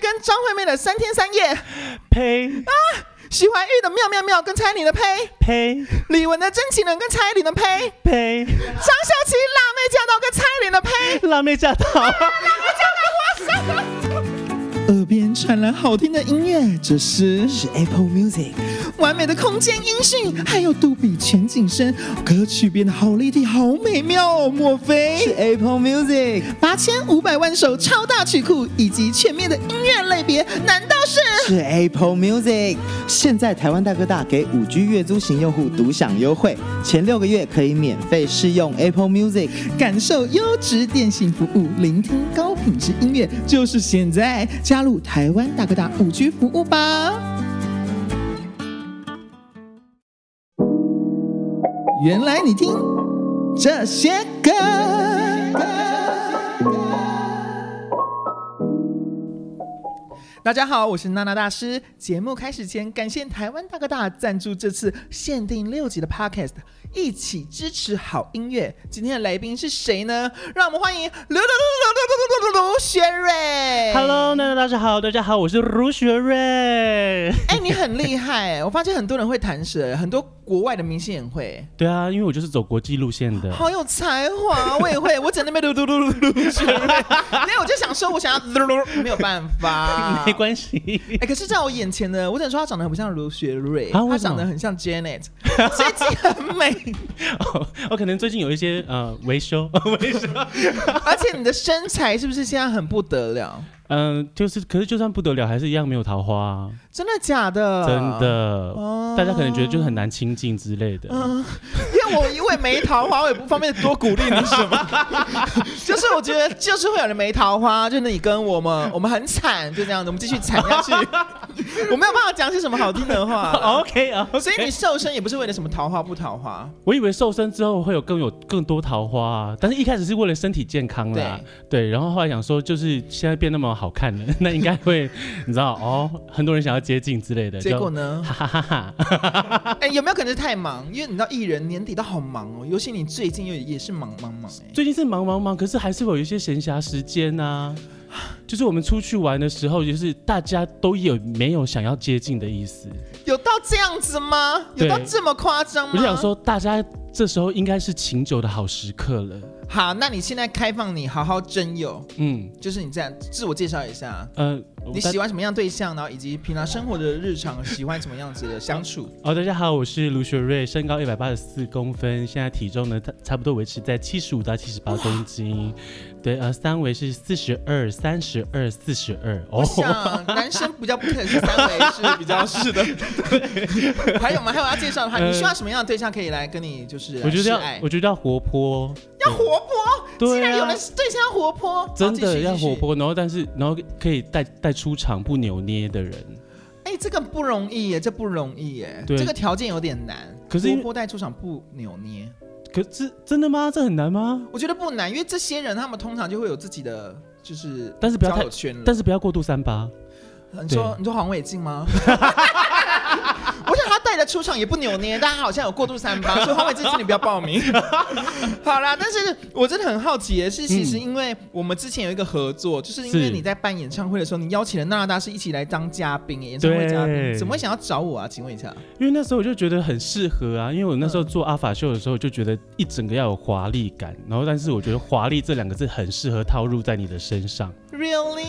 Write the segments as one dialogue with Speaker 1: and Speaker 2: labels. Speaker 1: 跟张惠妹的《三天三夜》，啊
Speaker 2: 呸
Speaker 1: 徐怀钰的《妙妙妙》跟蔡依林的呸，
Speaker 2: 呸
Speaker 1: 李玟的《真情人》跟蔡依林的呸，
Speaker 2: 呸，
Speaker 1: 张秀琪《辣妹驾到》跟蔡依林的呸。
Speaker 2: 辣妹驾到！
Speaker 1: 耳边传来好听的音乐，这是
Speaker 2: 是 Apple Music，
Speaker 1: 完美的空间音讯，还有杜比全景声，歌曲变得好立体，好美妙哦！莫
Speaker 2: 是
Speaker 1: 非
Speaker 2: Apple Music，
Speaker 1: 八千五百万首超大曲库以及全面的音乐类别，难道是？
Speaker 2: 是 Apple Music。现在台湾大哥大给五 G 月租型用户独享优惠，前六个月可以免费试用 Apple Music。
Speaker 1: 感受优质电信服务，聆听高品质音乐，就是现在！加入台湾大哥大五 G 服务吧。原来你听这些歌。大家好，我是娜娜大师。节目开始前，感谢台湾大哥大赞助这次限定六集的 Podcast，一起支持好音乐。今天的来宾是谁呢？让我们欢迎卢卢卢卢卢卢卢卢学瑞。
Speaker 3: Hello，娜娜大家好，大家好，我是卢学瑞。
Speaker 1: 哎、你很厉害、我发现很多人会弹舌，很多国外的明星也会，
Speaker 3: 对啊，因为我就是走国际路线的。
Speaker 1: 好有才华，我也会，我只能那边噜噜噜噜噜学瑞，因为我就想说，我想要噜噜，没有办法，
Speaker 3: 没关系，
Speaker 1: 哎、可是在我眼前的，我只能说她长得很不像卢雪瑞，
Speaker 3: 啊
Speaker 1: 她
Speaker 3: 为什
Speaker 1: 长
Speaker 3: 么
Speaker 1: 得很像 Janet，最近很美，
Speaker 3: 哦我可能最近有一些呃维修， 维修，
Speaker 1: 而且你的身材是不是现在很不得了？
Speaker 3: 嗯、就是，可是就算不得了，还是一样没有桃花啊、
Speaker 1: 真的假的？
Speaker 3: 真。的。
Speaker 1: 哦
Speaker 3: 大家可能觉得就是很难亲近之类的，
Speaker 1: 嗯，因为我因为没桃花，我也不方便多鼓励你什么。就是我觉得，就是会有人没桃花，就是你跟我们，我们很惨，就这样子，我们继续惨下去。我没有办法讲些什么好听的话
Speaker 3: o k 啊
Speaker 1: 所以你瘦身也不是为了什么桃花不桃花，
Speaker 3: 我以为瘦身之后会有更有更多桃花、啊，但是一开始是为了身体健康啦，对，然后后来想说，就是现在变那么好看了，那应该会， 你知道哦，很多人想要接近之类的，
Speaker 1: 结果
Speaker 3: 就
Speaker 1: 呢？
Speaker 3: 哈哈哈哈。
Speaker 1: 哎、有没有可能是太忙？因为你知道艺人年底都好忙哦，尤其你最近又也是忙忙忙哎、
Speaker 3: 最近是忙忙忙，可是还是会有一些闲暇时间啊。就是我们出去玩的时候，就是大家都有没有想要接近的意思。
Speaker 1: 有到这样子吗？有
Speaker 3: 对
Speaker 1: 到这么夸张吗？
Speaker 3: 我就想，说，大家这时候应该是请酒的好时刻了。
Speaker 1: 好，那你现在开放你好好真友，
Speaker 3: 嗯，
Speaker 1: 就是你这样自我介绍一下，
Speaker 3: 呃，
Speaker 1: 你
Speaker 3: 大
Speaker 1: 喜欢什么样对象，然后以及平常生活的日常喜欢什么样子的相处。
Speaker 3: 哦，大家好，我是卢雪瑞，身高一百八十四公分，现在体重呢差差不多维持在七十五到七十八公斤。对，呃，三围是四十二、三十二、四十二。哦
Speaker 1: 我想男生比较不可能是三维是比较是 的，还有吗？还有要介绍的话，你需要什么样的对象可以来跟你就是
Speaker 3: 我觉得
Speaker 1: 示
Speaker 3: 要
Speaker 1: 爱，
Speaker 3: 我觉得要活泼，
Speaker 1: 要活泼，
Speaker 3: 对啊
Speaker 1: 既然有人对象要活泼，
Speaker 3: 真
Speaker 1: 好
Speaker 3: 的要活。
Speaker 1: 继续继续
Speaker 3: 泼，然后但是然后可以带带出场不扭捏的人，
Speaker 1: 哎、这个不容易耶，这不容易耶，
Speaker 3: 对
Speaker 1: 这个条件有点难。
Speaker 3: 可是因为
Speaker 1: 活泼带出场不扭捏，
Speaker 3: 可是真的吗？这很难吗？
Speaker 1: 我觉得不难，因为这些人他们通常就会有自己的就是，
Speaker 3: 但是不要太
Speaker 1: 交友圈了。
Speaker 3: 但是不要过度三八，
Speaker 1: 你说你说黄伟晋吗？我想他带的出场也不扭捏，但他好像有过度三 八，所以黄伟晋请你不要报 名。好啦，但是我真的很好奇的是，其实因为我们之前有一个合作，嗯就是因为
Speaker 3: 是
Speaker 1: 你在办演唱会的时候，你邀请了娜娜大师一起来当嘉宾，演唱会嘉宾，
Speaker 3: 对
Speaker 1: 怎么会想要找我啊？请问一下，
Speaker 3: 因为那时候我就觉得很适合啊，因为我那时候做阿法秀的时候就觉得一整个要有华丽感，然后但是我觉得华丽这两个字很适合套入在你的身上，
Speaker 1: Really？、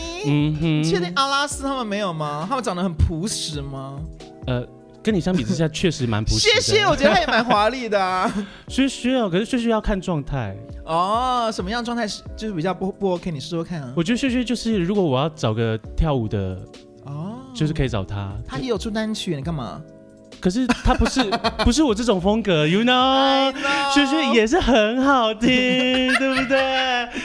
Speaker 1: 你
Speaker 3: 嗯
Speaker 1: 确
Speaker 3: 哼，
Speaker 1: 定阿拉斯他们没有吗？他们长得很朴实吗？
Speaker 3: 呃。跟你相比之下，确实蛮不实
Speaker 1: 谢
Speaker 3: 的。
Speaker 1: 谢，我觉得他也蛮华丽的 啊。
Speaker 3: 薛薛哦，可是薛薛要看状态。
Speaker 1: 哦，什么样的状态是就是比较不不 OK？你说说看啊。
Speaker 3: 我觉得薛薛就是，如果我要找个跳舞的，
Speaker 1: 哦，
Speaker 3: 就是可以找他。
Speaker 1: 他也有出单曲，你干嘛？
Speaker 3: 可是他不 是不是我这种风格，you know，
Speaker 1: 学
Speaker 3: 雪雪，也啊是很好听，对不对？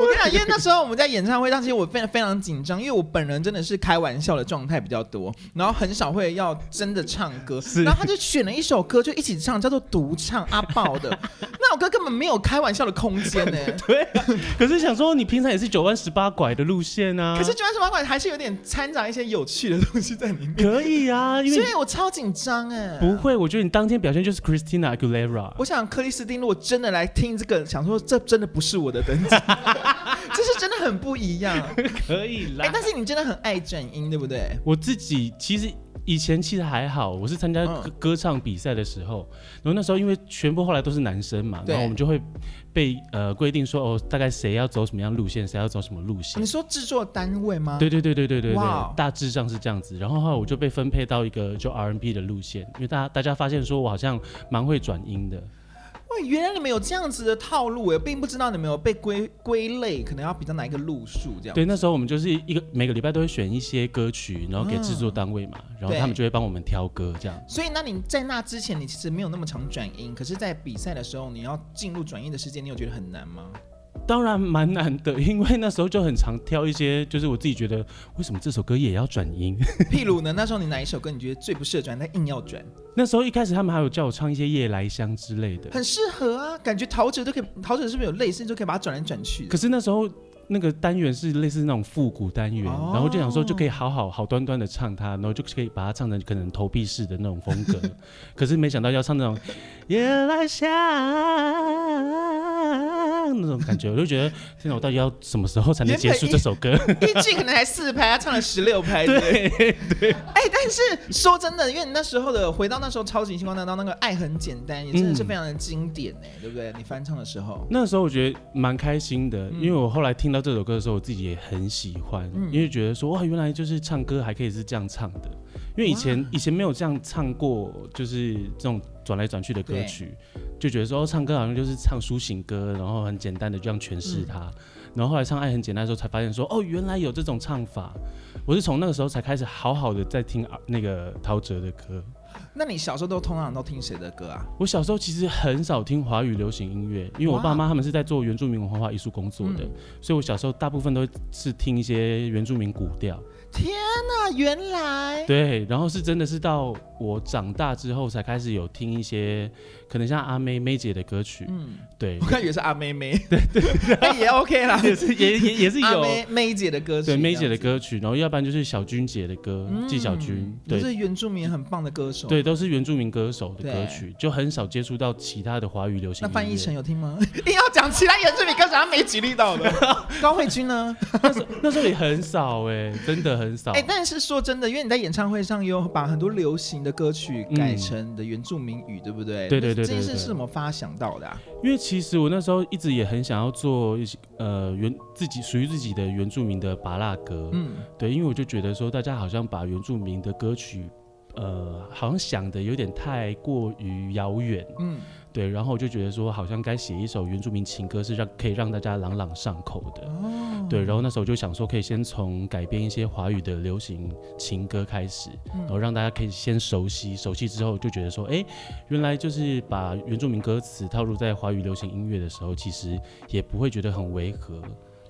Speaker 1: 我跟你讲，因为那时候我们在演唱会上，其实我非常非常紧张，因为我本人真的是开玩笑的状态比较多，然后很少会要真的唱歌。
Speaker 3: 是
Speaker 1: 然后他就选了一首歌，就一起唱，叫做《独唱》阿豹 的那首歌，根本没有开玩笑的空间呢、
Speaker 3: 对、可是想说你平常也是九弯十八拐的路线 啊，
Speaker 1: 可是九万十八块还是有点掺杂一些有趣的东西在里面，
Speaker 3: 可以啊，因
Speaker 1: 所
Speaker 3: 为
Speaker 1: 以我超紧张哎。
Speaker 3: 不会，我觉得你当天表现就是 Christina Aguilera。
Speaker 1: 我想克里斯汀如果真的来听这个，想说这真的不是我的等级，这是真真的很不一样。
Speaker 3: 可以
Speaker 1: 哎、
Speaker 3: 啦。
Speaker 1: 但是你真的很爱转音，对不对？
Speaker 3: 我自己其实以前其实还好，我是参加
Speaker 1: 嗯
Speaker 3: 歌歌唱比赛的时候，然后那时候因为全部后来都是男生嘛，
Speaker 1: 对
Speaker 3: 然后我们就会被呃规定说哦，大概谁要走什么样路线，谁要走什么路线
Speaker 1: 你。说制作单位吗？
Speaker 3: 对对对对对对
Speaker 1: 啊哇
Speaker 3: 对，大致上是这样子。然后后来我就被分配到一个就 R&B 的路线，因为大家大家发现说我好像蛮会转音的。
Speaker 1: 哇，原来你们有这样子的套路，我并不知道你们有被归归类，可能要比较哪一个路数这样。
Speaker 3: 对，那时候我们就是一个每个礼拜都会选一些歌曲，然后给制
Speaker 1: 嗯
Speaker 3: 作单位嘛，然后他们就会帮我们挑歌这样。
Speaker 1: 所以，那你在那之前，你其实没有那么常转音，可是，在比赛的时候，你要进入转音的世界，你有觉得很难 吗？
Speaker 3: 当然蛮难的，因为那时候就很常挑一些，就是我自己觉得为什么这首歌也要转音。
Speaker 1: 譬如呢，那时候你哪一首歌你觉得最不适合转，但硬要转，
Speaker 3: 那时候一开始他们还有叫我唱一些《夜来香》之类的，
Speaker 1: 很适合啊，感觉陶喆都可以，陶喆是不是有类似，就可以把它转来转去的
Speaker 3: 可？是那时候那个单元是类似那种复古单元，
Speaker 1: 哦
Speaker 3: 然后就想说就可以好好好端端的唱它，然后就可以把它唱成可能投币式的那种风格。 可是没想到要唱那种夜来香那种感觉，我就觉得天哪，我到底要什么时候才能结束这首歌？
Speaker 1: 一句可能才四拍，他唱了十六拍。对对。哎、但是说真的，因为你那时候的回到那时候超级星光大道那个《爱很简单》，也
Speaker 3: 嗯
Speaker 1: 真的是非常的经典哎、对不对？你翻唱的时候，
Speaker 3: 那时候我觉得蛮开心的，因为我后来听到这首歌的时候，我自己也很喜欢，因为觉得说哇，原来就是唱歌还可以是这样唱的，因为以前以前没有这样唱过，就是这种转来转去的歌曲，就觉得说、哦唱歌好像就是唱抒情歌，然后很简单的这样诠释它，然后后来唱《爱很简单》的时候才发现说哦，原来有这种唱法，我是从那个时候才开始好好的在听啊那个陶喆的歌。
Speaker 1: 那你小时候都通常都听谁的歌啊？
Speaker 3: 我小时候其实很少听华语流行音乐，因为我
Speaker 1: 哦
Speaker 3: 爸妈他们是在做原住民文化艺术工作的，
Speaker 1: 嗯
Speaker 3: 所以我小时候大部分都是听一些原住民古调。
Speaker 1: 天哪，啊原来
Speaker 3: 对，然后是真的是到我长大之后才开始有听一些，可能像阿妹妹姐的歌曲，
Speaker 1: 嗯，
Speaker 3: 对
Speaker 1: 我，看以为是阿妹妹，对对， 那也 OK 啦，
Speaker 3: 也是也也也是
Speaker 1: 阿
Speaker 3: 有。
Speaker 1: 妹妹姐的歌曲，
Speaker 3: 对妹姐的，歌曲，然后要不然就是小军姐的歌，纪晓君，
Speaker 1: 就嗯
Speaker 3: 对
Speaker 1: 是原住民很棒的歌手。
Speaker 3: 对，都是原住民歌手的
Speaker 1: 对
Speaker 3: 歌曲，就很少接触到其他的华语流行
Speaker 1: 那
Speaker 3: 音乐。
Speaker 1: 范逸臣有听吗？ 硬要讲其他原住民歌手，他没举例到的。 高慧君呢？
Speaker 3: 那时候也很少哎、真的很 少。
Speaker 1: 哎、但是说真的，因为你在演唱会上有把很多流行的歌曲改成你的原住民语，对不对？
Speaker 3: 嗯对对对对
Speaker 1: 这件事
Speaker 3: 对嗯
Speaker 1: 是怎么发想到的、啊？
Speaker 3: 因为其实我那时候一直也很想要做一些呃原自己属于自己的原住民的拔蜡歌，
Speaker 1: 嗯，
Speaker 3: 对，因为我就觉得说大家好像把原住民的歌曲，呃，好像想的有点太过于遥远，
Speaker 1: 嗯，
Speaker 3: 对，然后我就觉得说好像该写一首原住民情歌是让可以让大家朗朗上口的，
Speaker 1: 哦，
Speaker 3: 对，然后那时候就想说可以先从改编一些华语的流行情歌开始，
Speaker 1: 嗯
Speaker 3: 然后让大家可以先熟悉，熟悉之后就觉得说，哎，原来就是把原住民歌词套入在华语流行音乐的时候，其实也不会觉得很违和，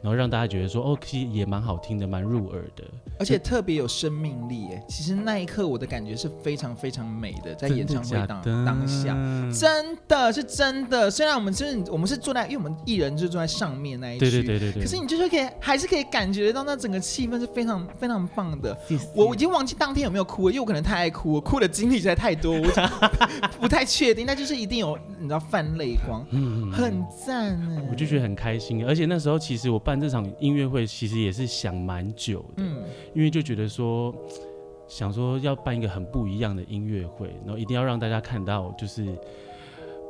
Speaker 3: 然后让大家觉得说，哦，其实也蛮好听的，蛮入耳的。
Speaker 1: 而且特别有生命力。哎，其实那一刻我的感觉是非常非常美的，在演唱会
Speaker 3: 真的
Speaker 1: 当
Speaker 3: 假的
Speaker 1: 当下。真的是真的，虽然我们是，我们是坐在，因为我们艺人就坐在上面那一区，
Speaker 3: 对对对对
Speaker 1: 可
Speaker 3: 对。
Speaker 1: 哎是你就是可以，还是可以感觉到那整个气氛是非常非常棒的。
Speaker 3: 谢谢
Speaker 1: 我已经忘记当天有没有哭了，因为我可能太爱哭，我哭的经历实在太多，我已 经不太确定，但就是一定有，你知道泛泪光，很赞哎。
Speaker 3: 嗯我就觉得很开心，而且那时候其实我办这场音乐会，其实也是想蛮久的，
Speaker 1: 嗯，
Speaker 3: 因为就觉得说，想说要办一个很不一样的音乐会，然后一定要让大家看到就是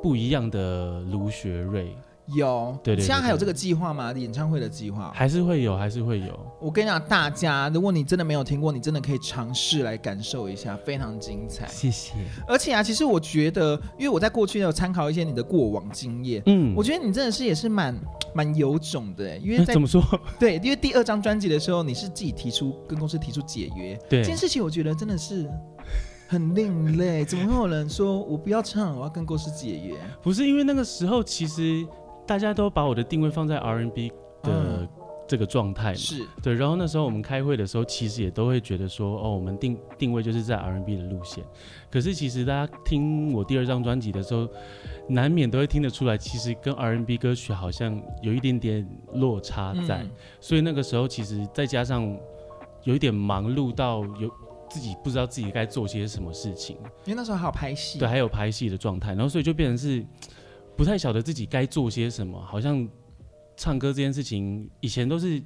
Speaker 3: 不一样的卢学瑞，
Speaker 1: 有，
Speaker 3: 对对对
Speaker 1: 现在还有
Speaker 3: 对
Speaker 1: 这个计划吗？演唱会的计划？
Speaker 3: 还是会有，还是会有。
Speaker 1: 我跟你讲，大家，如果你真的没有听过，你真的可以尝试来感受一下，非常精彩。
Speaker 3: 谢谢。
Speaker 1: 而且啊，其实我觉得，因为我在过去有参考一些你的过往经验，
Speaker 3: 嗯，
Speaker 1: 我觉得你真的是也是蛮蛮有种的，欸因为
Speaker 3: 那
Speaker 1: 在
Speaker 3: 怎 么说？
Speaker 1: 对，因为第二张专辑的时候，你是自己提出跟公司提出解约，
Speaker 3: 对
Speaker 1: 这件事情我觉得真的是很另类，怎么会有人说我不要唱，我要跟公司解约？
Speaker 3: 不是因为那个时候，其实大家都把我的定位放在 R&B 的
Speaker 1: 嗯
Speaker 3: 这个状态嘛。
Speaker 1: 是，
Speaker 3: 对，然后那时候我们开会的时候，其实也都会觉得说，哦，我们定定位就是在 R&B 的路线。可是其实大家听我第二张专辑的时候，难免都会听得出来，其实跟 R&B 歌曲好像有一点点落差在。
Speaker 1: 嗯
Speaker 3: 所以那个时候其实再加上有一点忙碌到有自己不知道自己该做些什么事情，
Speaker 1: 因为那时候还有拍戏，
Speaker 3: 对，还有拍戏的状态，然后所以就变成是不太晓得自己该做些什么，好像唱歌这件事情，以前都是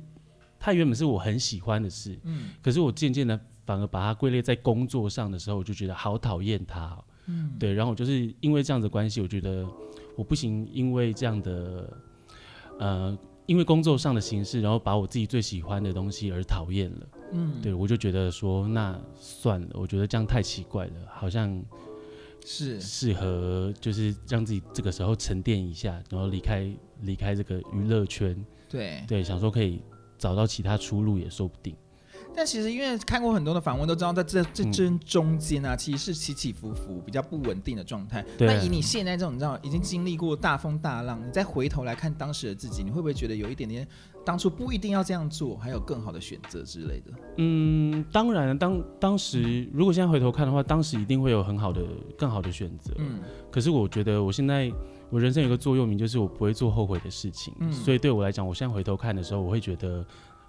Speaker 3: 它原本是我很喜欢的事，
Speaker 1: 嗯
Speaker 3: 可是我渐渐的反而把它归类在工作上的时候，我就觉得好讨厌它哦、
Speaker 1: 嗯，
Speaker 3: 对，然后我就是因为这样子的关系，我觉得我不行，因为这样的呃，因为工作上的形式，然后把我自己最喜欢的东西而讨厌了。
Speaker 1: 嗯，
Speaker 3: 对，我就觉得说那算了，我觉得这样太奇怪了，好像
Speaker 1: 是
Speaker 3: 适合就是让自己这个时候沉淀一下，然后离开离开这个娱乐圈。
Speaker 1: 对。
Speaker 3: 对，想说可以找到其他出路也说不定。
Speaker 1: 但其实因为看过很多的访问，都知道在这这
Speaker 3: 嗯
Speaker 1: 这中间啊，其实是起起伏伏，比较不稳定的状态。
Speaker 3: 对
Speaker 1: 那以你现在这种，你知道已经经历过大风大浪，你再回头来看当时的自己，你会不会觉得有一点点当初不一定要这样做，还有更好的选择之类的？
Speaker 3: 嗯，当然，当当时如果现在回头看的话，当时一定会有很好的、更好的选择。
Speaker 1: 嗯，
Speaker 3: 可是我觉得我现在我人生有一个座右铭，就是我不会做后悔的事情。
Speaker 1: 嗯
Speaker 3: 所以对我来讲，我现在回头看的时候，我会觉得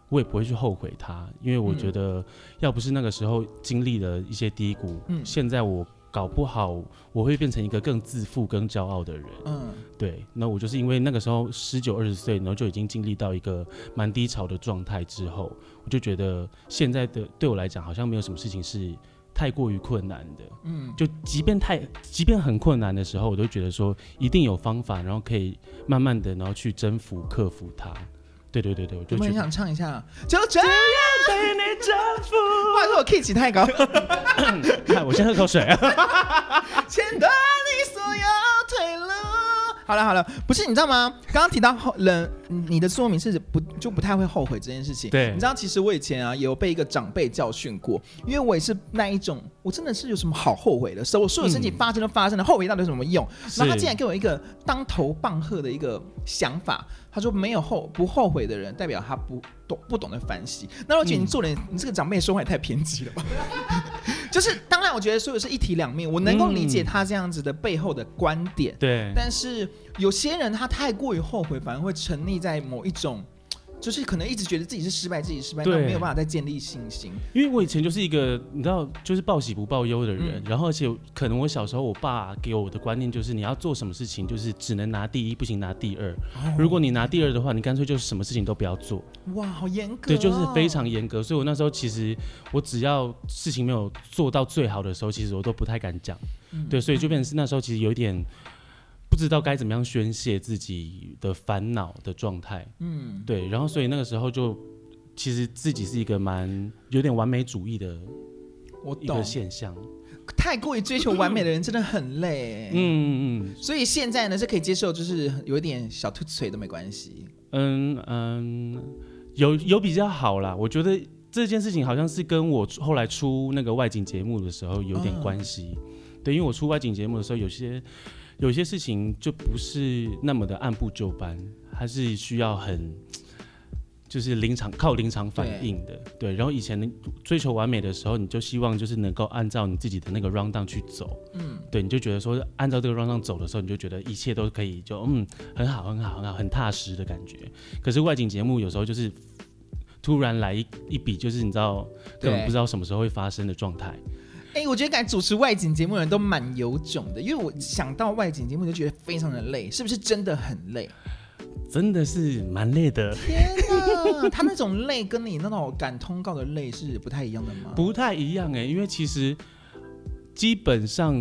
Speaker 3: 我也不会去后悔它，因为我
Speaker 1: 嗯
Speaker 3: 觉得要不是那个时候经历了一些低谷，
Speaker 1: 嗯
Speaker 3: 现在我搞不好我会变成一个更自负、更骄傲的人。
Speaker 1: 嗯，
Speaker 3: 对，那我就是因为那个时候十九二十岁，然后就已经经历到一个蛮低潮的状态之后，我就觉得现在的对我来讲，好像没有什么事情是太过于困难的。
Speaker 1: 嗯，
Speaker 3: 就即便太即便很困难的时候，我都觉得说一定有方法，然后可以慢慢的，然后去征服克服它。对对对对，我
Speaker 1: 我
Speaker 3: 就
Speaker 1: 们
Speaker 3: 觉
Speaker 1: 很
Speaker 3: 得
Speaker 1: 想唱一下，就这样被你征 服。话说我 key 起太高，
Speaker 3: 看我先喝口水啊。
Speaker 1: 牵断你所有退路。好了好了，不是你知道吗？刚刚提到后人，你的说明是不就不太会后悔这件事情。
Speaker 3: 对
Speaker 1: 你知道其实我以前啊也有被一个长辈教训过，因为我也是那一种，我真的是有什么好后悔的？所以我所有事情
Speaker 3: 嗯
Speaker 1: 发生都发生了，后悔到底有什么用？然后他
Speaker 3: 是
Speaker 1: 竟然给我一个当头棒喝的一个想法，他说没有后不后悔的人，代表他不懂不懂得反省。那我觉得你做人，你这个长辈说话也太偏激了吧？ 就是当然，我觉得所有是一体两面，我能够理解
Speaker 3: 嗯
Speaker 1: 他这样子的背后的观点，
Speaker 3: 对，
Speaker 1: 但是有些人他太过于后悔，反而会沉溺在某一种。就是可能一直觉得自己是失败，自己失败，但
Speaker 3: 对
Speaker 1: 没有办法再建立信心。
Speaker 3: 因为我以前就是一个你知道，就是报喜不报忧的人，
Speaker 1: 嗯
Speaker 3: 然后而且可能我小时候我爸给我的观念就是你要做什么事情就是只能拿第一，不行拿第二。如果你拿第二的话，你干脆就是什么事情都不要做。
Speaker 1: 哇，好严格、哦！
Speaker 3: 对，就是非常严格。所以我那时候其实我只要事情没有做到最好的时候，其实我都不太敢讲。
Speaker 1: 嗯
Speaker 3: 对，所以就变成是那时候其实有一点不知道该怎么样宣泄自己的烦恼的状态。
Speaker 1: 嗯，
Speaker 3: 对，然后所以那个时候就其实自己是一个蛮有点完美主义的
Speaker 1: 我
Speaker 3: 一个
Speaker 1: 懂。
Speaker 3: 现象。
Speaker 1: 太过于追求完美的人真的很累。嗯，
Speaker 3: 嗯嗯
Speaker 1: 所以现在呢是可以接受，就是有一点小吐嘴都没关系。
Speaker 3: 嗯嗯嗯，有有比较好啦，我觉得。这件事情好像是跟我出后来出那个外景节目的时候有点
Speaker 1: 嗯
Speaker 3: 关系，对，因为我出外景节目的时候，有些有些事情就不是那么的按部就班，它是需要很就是临场靠临场反应的，对。然后以前的追求完美的时候，你就希望就是能够按照你自己的那个 round down 去走，
Speaker 1: 嗯，
Speaker 3: 对，你就觉得说按照这个 round down 走的时候，你就觉得一切都可以就嗯很好很好很好很踏实的感觉。可是外景节目有时候就是突然来一一笔，就是你知道根本
Speaker 1: 对
Speaker 3: 不知道什么时候会发生的状态。
Speaker 1: 哎、我觉得敢主持外景节目的人都蛮有种的，因为我想到外景节目就觉得非常的累，是不是真的很累？
Speaker 3: 真的是蛮累 的，
Speaker 1: 天哪，他那种累跟你那种赶通告的累是不太一样的吗？
Speaker 3: 不太一样哎、因为其实基本上，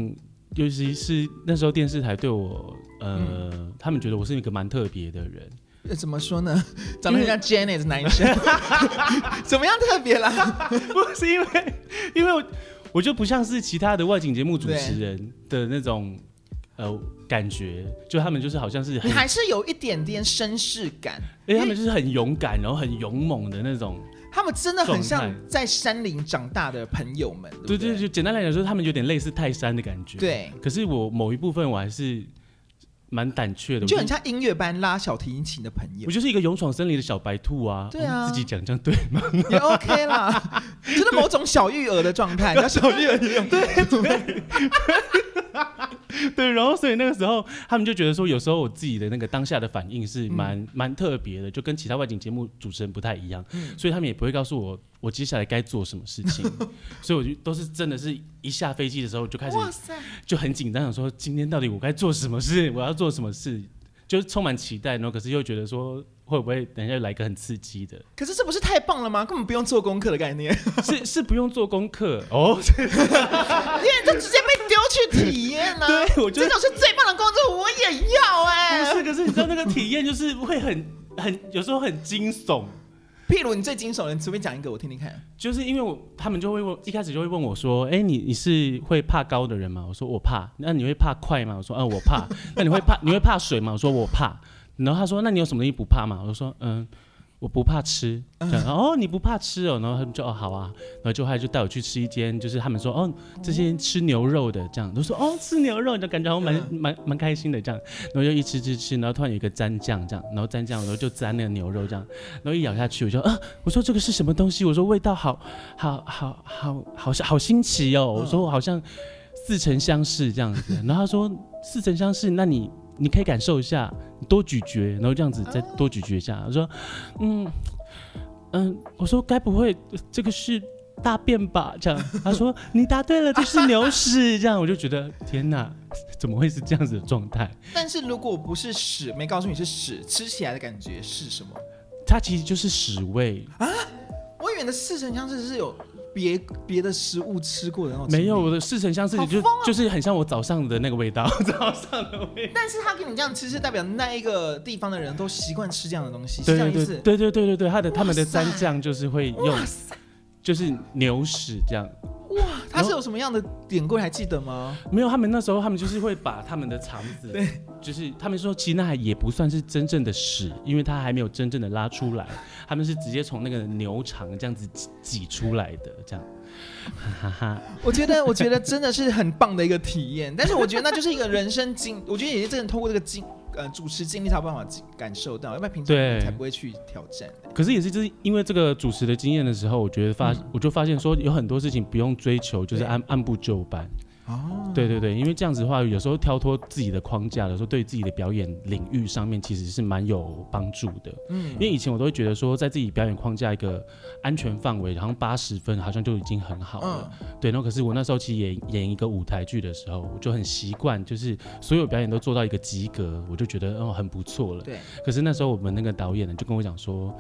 Speaker 3: 尤其是那时候电视台对我，呃，他们觉得我是一个蛮特别的人，
Speaker 1: 呃怎么说呢？长得很像 Janet 的男生，怎么样特别啦？
Speaker 3: 不是因为，因为我我就不像是其他的外景节目主持人的那种，呃，感觉，就他们就是好像是
Speaker 1: 你
Speaker 3: 很，
Speaker 1: 还是有一点点绅士感，
Speaker 3: 哎，他们就是很勇敢，然后很勇猛的那种。
Speaker 1: 他们真的很像
Speaker 3: 状态
Speaker 1: 在山林长大的朋友们，
Speaker 3: 对
Speaker 1: 对不
Speaker 3: 对，就简单来讲说，他们有点类似泰山的感觉。。
Speaker 1: 对，
Speaker 3: 可是我某一部分我还是蛮胆怯的，
Speaker 1: 就
Speaker 3: 我
Speaker 1: 很像音乐班拉小提琴的朋友
Speaker 3: 我，就是一个勇闯森林的小白兔啊！
Speaker 1: 对啊
Speaker 3: 我自己讲这样对 吗？
Speaker 1: 也 OK 啦， 就是某种小育儿的状 态，你知道小育儿也有
Speaker 3: 对，然后所以那个时候他们就觉得说，有时候我自己的那个当下的反应是蛮、
Speaker 1: 嗯
Speaker 3: 蛮特别的，就跟其他外景节目主持人不太一样，
Speaker 1: 嗯
Speaker 3: 所以他们也不会告诉我我接下来该做什么事 情，所以我就都是真的是一下飞机的时候就开始
Speaker 1: 哇塞，
Speaker 3: 就很紧张，想说今天到底我该做什么事，我要做什么事。就是充满期待，然后可是又觉得说会不会等一下来一个很刺激的，
Speaker 1: 可是这不是太棒了吗？根本不用做功课的概 念，
Speaker 3: 是是不用做功课哦，
Speaker 1: 因为哎就直接被丢去体验呢、啊。
Speaker 3: 对我觉得
Speaker 1: 这种是最棒的工作，我也要哎、
Speaker 3: 不是，可是你知道那个体验就是会很很有时候很惊悚，
Speaker 1: 譬如你最经手的，你随便讲一个我听听看。
Speaker 3: 就是因为我他们就会问，一开始就会问我说：“哎、你你是会怕高的人吗？”我说：“我怕。”那你会怕快吗？我说：“嗯、我怕。” 那你会怕你会怕水吗？我说：“我怕。”然后他说：“那你有什么东西不怕吗？”我说：“嗯。”我不怕吃，这样哦，你不怕吃哦，然后他们就哦好啊，然后就后来就带我去吃一间，就是他们说哦这些吃牛肉的这样，都说哦吃牛肉，就感觉好像蛮蛮蛮开心的这样，然后就一吃吃吃，然后突然有一个蘸酱这样，然后蘸酱，然后就蘸那个牛肉这样，然后一咬下去，我就 啊，我说这个是什么东西？我说味道好好好好好好新奇哦，
Speaker 1: 嗯
Speaker 3: 我说我好像似曾相识这 样子，然后他说似曾相识，那你你可以感受一下，你多咀嚼，然后这
Speaker 1: 啊
Speaker 3: 样子再多咀嚼一下，我说嗯嗯，我说该不会这个是。大便吧，这样。他说你答对了，这是牛屎，这样我就觉得天哪，怎么会是这样子的状态？
Speaker 1: 但是如果不是屎，没告诉你是屎，吃起来的感觉是什么？
Speaker 3: 它其实就是屎味，
Speaker 1: 我以为你的四神相似是有别别的食物吃过的那种，
Speaker 3: 没有，我的似曾相识，
Speaker 1: 好
Speaker 3: 就
Speaker 1: 疯啊
Speaker 3: 就是很像我早上的那个味道，早上的味道。
Speaker 1: 但是他给你这样吃，是代表那一个地方的人都习惯吃这样的东西，是
Speaker 3: 对
Speaker 1: 这样
Speaker 3: 对
Speaker 1: 意
Speaker 3: 对
Speaker 1: 思？
Speaker 3: 对对对对对，他的他们的
Speaker 1: 哇塞
Speaker 3: 蘸酱就是会用，就是牛屎这样。
Speaker 1: 他是有什么样的典故还记得吗？
Speaker 3: 没有，他们那时候他们就是会把他们的肠子，对，就是他们说其实那还也不算是真正的屎，因为它还没有真正的拉出来，他们是直接从那个牛肠这样子挤挤出来的，这样，哈哈哈。
Speaker 1: 我觉得，我觉得真的是很棒的一个体验，但是我觉得那就是一个人生经，我觉得也是真的通过这个经，呃，主持经历才有办法经感受到，要不然平常
Speaker 3: 对
Speaker 1: 你才不会去挑战。
Speaker 3: 可是也是就是因为这个主持的经验的时候，我觉得发、我就发现说有很多事情不用追求，就是
Speaker 1: 嗯对
Speaker 3: 按按部就班。
Speaker 1: 哦，
Speaker 3: 对对对，因为这样子的话，有时候跳脱自己的框架，有时候对自己的表演领域上面其实是蛮有帮助的。
Speaker 1: 嗯
Speaker 3: 因，为以前我都会觉得说，在自己表演框架一个安全范围，然后八十分好像就已经很好
Speaker 1: 嗯
Speaker 3: 了。对，然后可是我那时候其实演演一个舞台剧的时候，我就很习惯，就是所有表演都做到一个及格，我就觉得哦很不错了。
Speaker 1: 对，
Speaker 3: 可是那时候我们那个导演呢，就跟我讲说，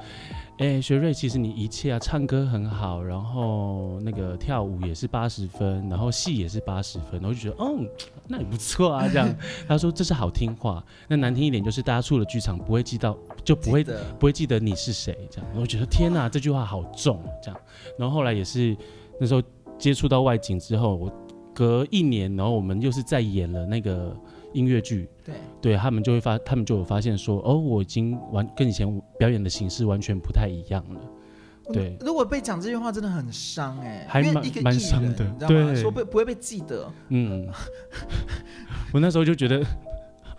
Speaker 3: 哎、学瑞，其实你一切啊，唱歌很好，然后那个跳舞也是八十分，然后戏也是八十分，然后就觉得，哦，那也不错啊，这样。他说这是好听话，那难听一点就是大家出了剧场不会记到，就不会
Speaker 1: 记得
Speaker 3: 不会记得你是谁这样。然后我觉得天哪，这句话好重啊这样。然后后来也是那时候接触到外景之后，我隔一年，然后我们又是再演了那个音乐剧，
Speaker 1: 对，
Speaker 3: 对他们就会发，他们就有发现说，哦，我已经完跟以前表演的形式完全不太一样了。对
Speaker 1: 如果被讲这句话，真的很伤哎、
Speaker 3: 还
Speaker 1: 因为
Speaker 3: 蛮
Speaker 1: 一个艺
Speaker 3: 蛮
Speaker 1: 人，
Speaker 3: 伤的
Speaker 1: 你知道吗？
Speaker 3: 对
Speaker 1: 说不不会被记得，
Speaker 3: 嗯， 我那时候就觉得，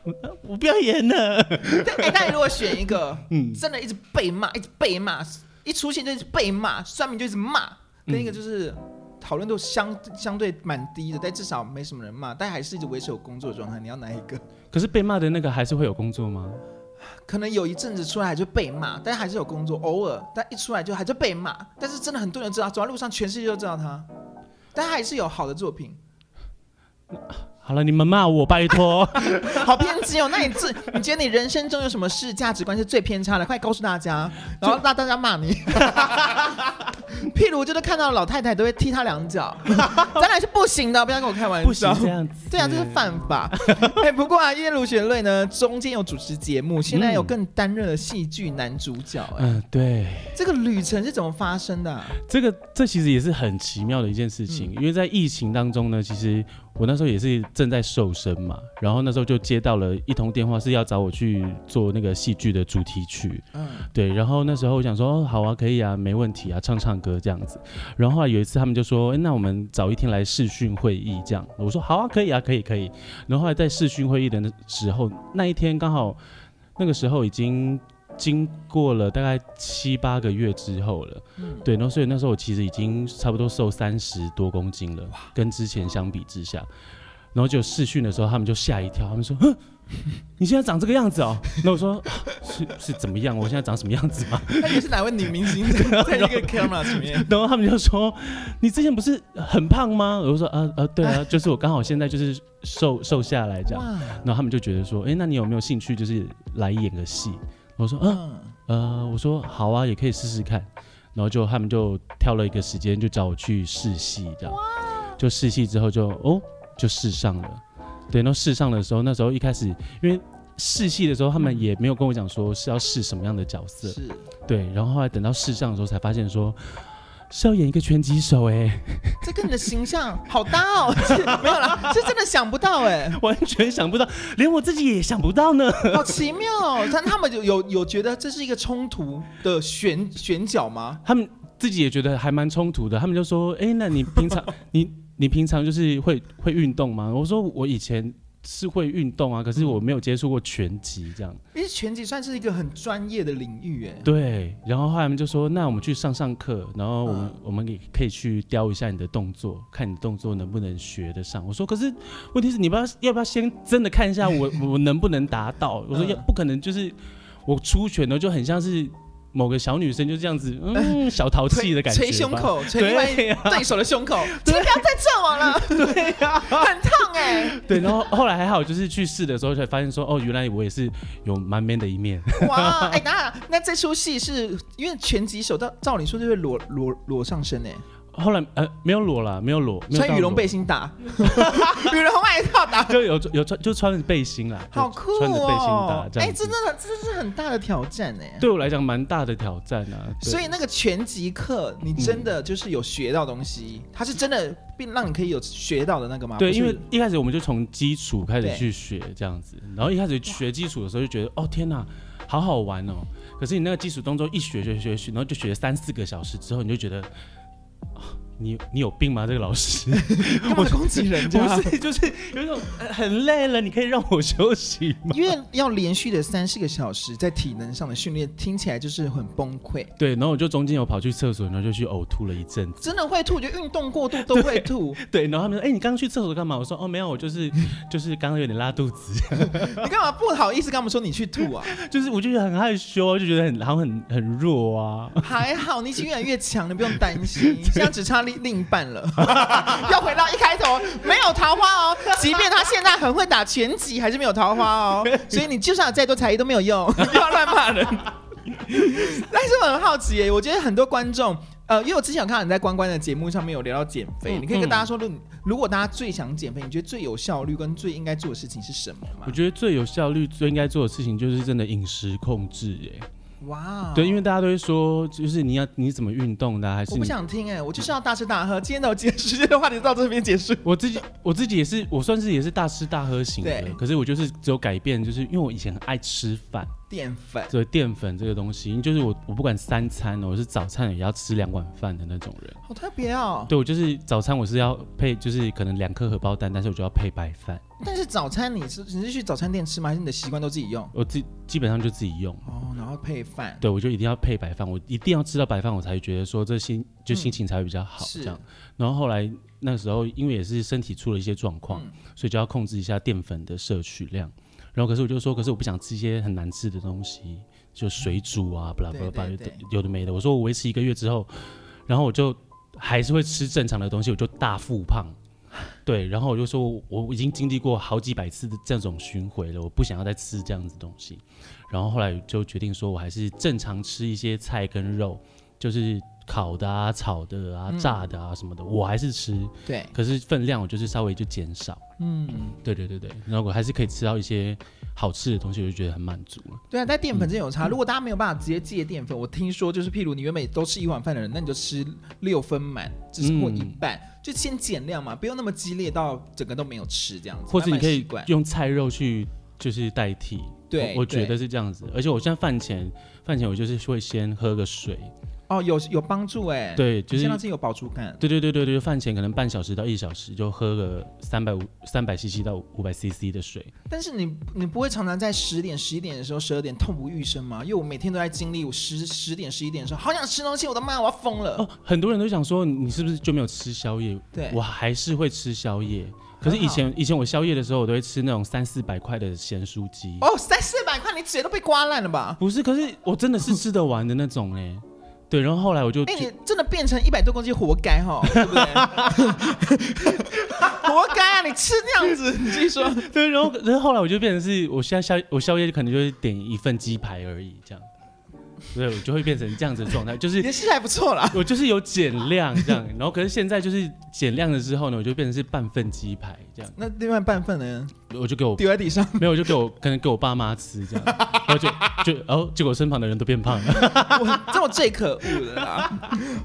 Speaker 3: 我我不要演了。
Speaker 1: 但 哎，但你如果选一个，真的一直被骂，一直被骂，一出现就一直被骂，酸民就一直骂，跟一个就是讨论度相相对蛮低的，但至少没什么人骂，但还是一直维持有工作的状态，你要哪一个？
Speaker 3: 可是被骂的那个还是会有工作吗？
Speaker 1: 可能有一阵子出来就被骂，但还是有工作，偶尔，但一出来就还是被骂，但是真的很多人知道，走在路上全世界都知道他，但他还是有好的作品，
Speaker 3: 好了，你们骂我，拜托。
Speaker 1: 好偏激哦！那你自 你觉得你人生中有什么事价值观是最偏差的？快告诉大家，然后让大家骂你。 譬如就是看到老太太都会踢她两脚， 咱俩是不行的，不要跟我开玩笑。
Speaker 3: 不行嗯这样子。
Speaker 1: 对啊，这是犯法。 哎、不过啊，因为卢雪瑞呢，中间有主持节目，现在有更担任了戏剧男主角、哎、
Speaker 3: 嗯，对，
Speaker 1: 这个旅程是怎么发生的啊、
Speaker 3: 这个这其实也是很奇妙的一件事情，因为在疫情当中呢，其实我那时候也是正在瘦身嘛，然后那时候就接到了一通电话，是要找我去做那个戏剧的主题曲，
Speaker 1: 嗯，
Speaker 3: 对，然后那时候我想说，哦，好啊，可以啊，没问题啊，唱唱歌这样子。然后后来有一次他们就说，哎诶那我们早一天来视讯会议这样。我说好啊，可以啊，可以可以。然后后来在视讯会议的那时候，那一天刚好那个时候已经经过了大概七八个月之后了，
Speaker 1: 嗯
Speaker 3: 对，然后所以那时候我其实已经差不多瘦三十多公斤了，跟之前相比之下。然后就试训的时候，他们就吓一跳，他们说：“哼，你现在长这个样子哦。”那我说：“啊是是怎么样？我现在长什么样子吗
Speaker 1: 那也是哪位女明星在在一个 camera 前面？”？
Speaker 3: 然后他们就说：“你之前不是很胖吗？”我就说：“啊啊，对啊，就是我刚好现在就是瘦瘦下来这样。”
Speaker 1: 哇，
Speaker 3: 然后他们就觉得说：“哎、那你有没有兴趣就是来演个戏？”我说：“嗯、
Speaker 1: 嗯，
Speaker 3: 呃，我说好啊，也可以试试看。”然后就他们就挑了一个时间，就找我去试戏，这样就试戏之后就哦就试上了。对，然后试上的时候，那时候一开始因为试戏的时候，他们也没有跟我讲说是要试什么样的角色，
Speaker 1: 是
Speaker 3: 对。然后后来等到试上的时候，才发现说是要演一个拳击手、哎，
Speaker 1: 这跟你的形象好搭哦， 是没有啦，是真的想不到哎、
Speaker 3: 完全想不到，连我自己也想不到呢。
Speaker 1: 好奇妙哦。但他们有有有觉得这是一个冲突的选选角吗？
Speaker 3: 他们自己也觉得还蛮冲突的，他们就说：“哎、那你平常你你平常就是会会运动吗？”我说：“我以前是会运动啊，可是我没有接触过拳击这样。
Speaker 1: 因为拳击算是一个很专业的领域哎”。
Speaker 3: 对，然后后来他们就说：“那我们去上上课，然后我们、
Speaker 1: 嗯
Speaker 3: 我们也可以去雕一下你的动作，看你动作能不能学得上。”我说：“可是问题是你要不要要不要先真的看一下我 我能不能达到？”我说：“要
Speaker 1: 嗯
Speaker 3: 不可能，就是我出拳呢就很像是。”某个小女生就这样子， 嗯，小淘气的感觉吧，
Speaker 1: 捶胸口，捶
Speaker 3: 对
Speaker 1: 另外一对手的胸口，请不要再撞我了，对呀，很烫哎、
Speaker 3: 对，然后后来还好，就是去试的时候才发现说，哦，原来我也是有蛮 man 的一面。
Speaker 1: 哇，哎、那那这出戏是因为拳击手，照照理说就会裸裸裸上身哎、
Speaker 3: 后来呃，没有裸啦，没有裸，没有到
Speaker 1: 穿羽绒
Speaker 3: 裸
Speaker 1: 背，心打， 羽绒外套打，
Speaker 3: 就有有穿就穿着背心啦，就
Speaker 1: 好酷
Speaker 3: 穿着背心
Speaker 1: 哦
Speaker 3: 打！这
Speaker 1: 哎、
Speaker 3: 样子。
Speaker 1: 真的，这是很大的挑战哎、
Speaker 3: 对我来讲蛮大的挑战啊。对
Speaker 1: 所以那个拳击课，你真的就是有学到东西，它是真的并让你可以有学到的那个吗？
Speaker 3: 对，
Speaker 1: 不是
Speaker 3: 因为一开始我们就从基础开始
Speaker 1: 对
Speaker 3: 去学这样子，然后一开始学基础的时候就觉得，哦天哪，好好玩哦。可是你那个基础动作一学学学学，然后就学了三四个小时之后，你就觉得，啊你你有病吗？这个老 师。
Speaker 1: 干嘛攻击人家？
Speaker 3: 不是， 就是有一种呃很累了，你可以让我休息吗？
Speaker 1: 因为要连续的三四个小时在体能上的训练，听起来就是很崩溃，
Speaker 3: 对，然后我就中间有跑去厕所，然后就去呕吐了一阵子。
Speaker 1: 真的会吐。我觉得运动过度都会吐。
Speaker 3: 对，然后他们说：“哎、你刚刚去厕所干嘛？”我说：“哦，没有，我就是就是刚刚有点拉肚子，
Speaker 1: 你干嘛不好意思跟他们说你去吐啊？
Speaker 3: 就是我就觉得很害羞，就觉得很好像很很弱啊。
Speaker 1: 还好你已经越来越强，你不用担心。现在只差另另一半了， 要回到一开头，没有桃花哦。即便他现在很会打拳击，还是没有桃花 哦。所以你就算有再多才艺都没有用， 不要乱骂人。但是我很好奇耶，我觉得很多观众。呃，因为我之前有看到你在关关的节目上面有聊到减肥，
Speaker 3: 嗯
Speaker 1: 你可以跟大家说，如如果大家最想减肥，你觉得最有效率跟最应该做的事情是什么吗
Speaker 3: 我？觉得最有效率、最应该做的事情就是真的饮食控制、哎、
Speaker 1: 哇
Speaker 3: 对，因为大家都会说，就是你要你怎么运动的啊、还是
Speaker 1: 我
Speaker 3: 你
Speaker 1: 不想听哎、我就是要大吃大喝。今天的我结束，今天的话题到这边结束。
Speaker 3: 我自己我自己也是，我算是也是大吃大喝型的
Speaker 1: 对，
Speaker 3: 可是我就是只有改变，就是因为我以前很爱吃饭。
Speaker 1: 淀粉
Speaker 3: 所以淀粉这个东西，就是我我不管三餐哦，我是早餐也要吃两碗饭的那种人。
Speaker 1: 好特别哦，
Speaker 3: 对，我就是早餐我是要配，就是可能两颗荷包蛋，但是我就要配白饭，
Speaker 1: 但是早餐你是你是去早餐店吃吗？还是你的习惯都自己用？
Speaker 3: 我自基本上就自己用。
Speaker 1: 哦，然后配饭。
Speaker 3: 对，我就一定要配白饭，我一定要吃到白饭，我才觉得说这心就心情才会比较好
Speaker 1: 嗯是
Speaker 3: 这样。然后后来那时候因为也是身体出了一些状况，
Speaker 1: 嗯
Speaker 3: 所以就要控制一下淀粉的摄取量。然后可是我就说，可是我不想吃一些很难吃的东西，就水煮啊，巴拉巴拉巴拉
Speaker 1: 嗯对对对，
Speaker 3: 有的没的。我说我维持一个月之后，然后我就还是会吃正常的东西，我就大腹胖。对，然后我就说我，我已经经历过好几百次的这种巡回了，我不想要再吃这样子的东西。然后后来就决定说，我还是正常吃一些菜跟肉，就是烤的啊、炒的啊、
Speaker 1: 嗯
Speaker 3: 炸的啊什么的，我还是吃，
Speaker 1: 对，
Speaker 3: 可是分量我就是稍微就减少。
Speaker 1: 嗯，
Speaker 3: 对对对对，然后我还是可以吃到一些好吃的东西，我就觉得很满足了。
Speaker 1: 对啊，但淀粉真的有
Speaker 3: 嗯
Speaker 1: 差。如果大家没有办法直接戒淀粉，我听说就是，譬如你原本都吃一碗饭的人，那你就吃六分满，只是或
Speaker 3: 嗯
Speaker 1: 一半，就先减量嘛，不用那么激烈到整个都没有吃这样子。
Speaker 3: 或者
Speaker 1: 慢慢
Speaker 3: 你可
Speaker 1: 习
Speaker 3: 以
Speaker 1: 惯
Speaker 3: 用菜肉去就是代替，
Speaker 1: 对
Speaker 3: 我我觉
Speaker 1: 对
Speaker 3: 得是这样子。而且我现在饭前饭前我就是会先喝个水，
Speaker 1: 哦，有有帮助哎，，
Speaker 3: 对，就是
Speaker 1: 先让自己有饱足感。
Speaker 3: 对对对对对，饭前可能半小时到一小时就喝个三百五三百 CC 到五百 CC 的水，
Speaker 1: 但是你你不会常常在十点、十一点的时候、十二点痛不欲生吗？因为我每天都在经历，我十十点、十一点的时候，好想吃东西，我的妈，我要疯了。
Speaker 3: 哦，很多人都想说你是不是就没有吃宵夜？
Speaker 1: 对
Speaker 3: 我还是会吃宵夜。可
Speaker 1: 很
Speaker 3: 是以
Speaker 1: 好
Speaker 3: 前以前我宵夜的时候，我都会吃那种三四百块的咸酥鸡。
Speaker 1: 哦，三四百块，你嘴都被刮烂了吧？
Speaker 3: 不是，可是我真的是吃得完的那种哎、 对，然后后来我就
Speaker 1: 哎、
Speaker 3: 觉
Speaker 1: 你真的变成一百多公斤，活该哈，对 不对？活该啊！你吃那样 子，你自己说。
Speaker 3: 对，然后然后后来我就变成是我现在宵我宵夜可能就是点一份鸡排而已这样，对，我就会变成这样子的状态，就是
Speaker 1: 也是还不错啦。
Speaker 3: 我就是有减量这样，然后可是现在就是减量了之后呢，我就变成是半份鸡排这样，
Speaker 1: 那另外半份呢？
Speaker 3: 我就给我
Speaker 1: 丢在地上。
Speaker 3: 没有我就给我可能给我爸妈 吃这样，然后就就然后结果身旁的人都变胖了，
Speaker 1: 我 这我最可恶的啦。